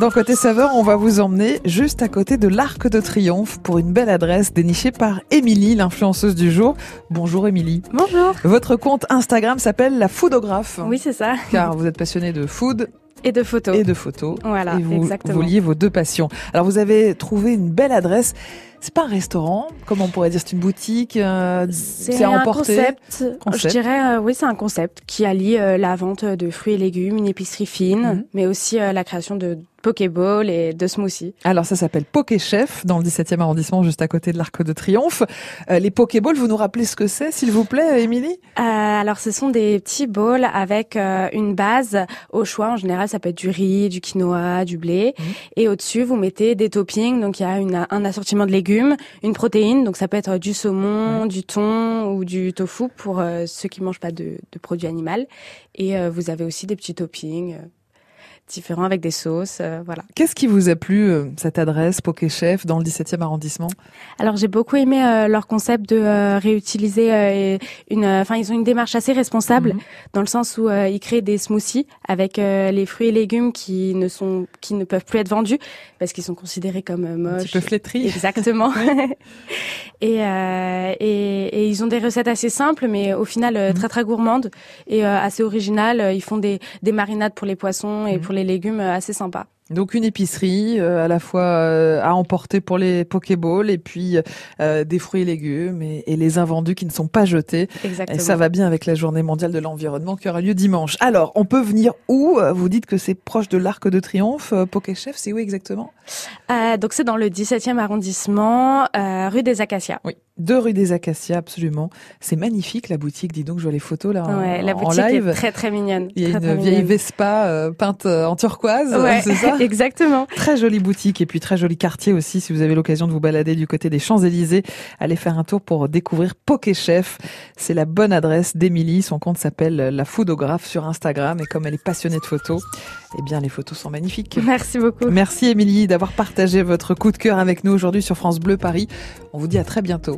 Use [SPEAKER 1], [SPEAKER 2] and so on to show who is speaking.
[SPEAKER 1] Dans Côté Saveur, on va vous emmener juste à côté de l'Arc de Triomphe pour une belle adresse dénichée par Émilie, l'influenceuse du jour. Bonjour Émilie.
[SPEAKER 2] Bonjour.
[SPEAKER 1] Votre compte Instagram s'appelle La Foodographe.
[SPEAKER 2] Oui, c'est ça.
[SPEAKER 1] Car vous êtes passionnée de food
[SPEAKER 2] Et de photos.
[SPEAKER 1] et de photos.
[SPEAKER 2] Voilà,
[SPEAKER 1] et vous,
[SPEAKER 2] exactement.
[SPEAKER 1] vous liez vos deux passions. Alors vous avez trouvé une belle adresse. C'est pas un restaurant, comme on pourrait dire, c'est une boutique. euh,
[SPEAKER 2] C'est
[SPEAKER 1] à
[SPEAKER 2] un
[SPEAKER 1] emporter.
[SPEAKER 2] concept, Je
[SPEAKER 1] Concept.
[SPEAKER 2] dirais, euh, oui, c'est un concept qui allie euh, la vente de fruits et légumes, une épicerie fine,
[SPEAKER 1] Mhm.
[SPEAKER 2] mais aussi euh, la création de pokéballs et de smoothies.
[SPEAKER 1] Alors ça s'appelle Poké Chef dans le 17e arrondissement, juste à côté de l'Arc de Triomphe. Euh, les Pokéballs, vous nous rappelez ce que c'est, s'il vous plaît, Émilie
[SPEAKER 2] Euh, alors, ce sont des petits balls avec euh, une base au choix. En général, ça peut être du riz, du quinoa, du blé.
[SPEAKER 1] Mhm.
[SPEAKER 2] Et au-dessus, vous mettez des toppings. Donc, il y a une- un assortiment de légumes, une protéine. Donc, ça peut être du saumon, du thon ou du tofu pour euh, ceux qui mangent pas de, de produits animaux. Et euh, vous avez aussi des petits toppings euh, différents avec des sauces. euh, voilà.
[SPEAKER 1] Qu'est-ce qui vous a plu, euh, cette adresse Poké Chef dans le 17e arrondissement
[SPEAKER 2] Alors j'ai beaucoup aimé euh, leur concept de euh, réutiliser euh, et une. euh, Enfin, ils ont une démarche assez responsable
[SPEAKER 1] Mhm.
[SPEAKER 2] dans le sens où euh, ils créent des smoothies avec euh, les fruits et légumes qui ne sont qui ne peuvent plus être vendus parce qu'ils sont considérés comme euh,
[SPEAKER 1] Un
[SPEAKER 2] moches.
[SPEAKER 1] petit peu flétri.
[SPEAKER 2] Exactement. et, euh, et, et ils ont des recettes assez simples, mais au final euh,
[SPEAKER 1] Mhm.
[SPEAKER 2] très très gourmandes et euh, assez originales. Ils font des, des marinades pour les poissons et
[SPEAKER 1] Mhm.
[SPEAKER 2] pour les légumes euh, assez sympas.
[SPEAKER 1] Donc une épicerie euh, à la fois euh, à emporter pour les Pokéballs et puis euh, des fruits et légumes et, et les invendus qui ne sont pas jetés.
[SPEAKER 2] Exactement.
[SPEAKER 1] Et ça va bien avec la journée mondiale de l'environnement qui aura lieu dimanche. Alors, on peut venir où Vous dites que c'est proche de l'Arc de Triomphe. euh, Poké Chef, c'est où exactement
[SPEAKER 2] Euh, donc c'est dans le 17e arrondissement, euh, rue des Acacias.
[SPEAKER 1] Oui. Deux rue des Acacias, absolument. C'est magnifique la boutique. Dis donc, je vois les photos là en-
[SPEAKER 2] Ouais, la
[SPEAKER 1] Oh. en
[SPEAKER 2] boutique
[SPEAKER 1] live.
[SPEAKER 2] est très très mignonne.
[SPEAKER 1] Il y a
[SPEAKER 2] très,
[SPEAKER 1] une
[SPEAKER 2] très
[SPEAKER 1] vieille
[SPEAKER 2] mignonne.
[SPEAKER 1] Vespa euh, peinte euh, en turquoise,
[SPEAKER 2] Ouais,
[SPEAKER 1] c'est ça
[SPEAKER 2] exactement.
[SPEAKER 1] Très jolie boutique et puis très joli quartier aussi. Si vous avez l'occasion de vous balader du côté des Champs-Élysées, allez faire un tour pour découvrir Poké Chef. C'est la bonne adresse d'Émilie. Son compte s'appelle euh, La Foodographe sur Instagram. Et comme elle est passionnée de photos, eh bien, les photos sont magnifiques.
[SPEAKER 2] Merci beaucoup.
[SPEAKER 1] Merci Émilie d'avoir partagé votre coup de cœur avec nous aujourd'hui sur France Bleu Paris. On vous dit à très bientôt.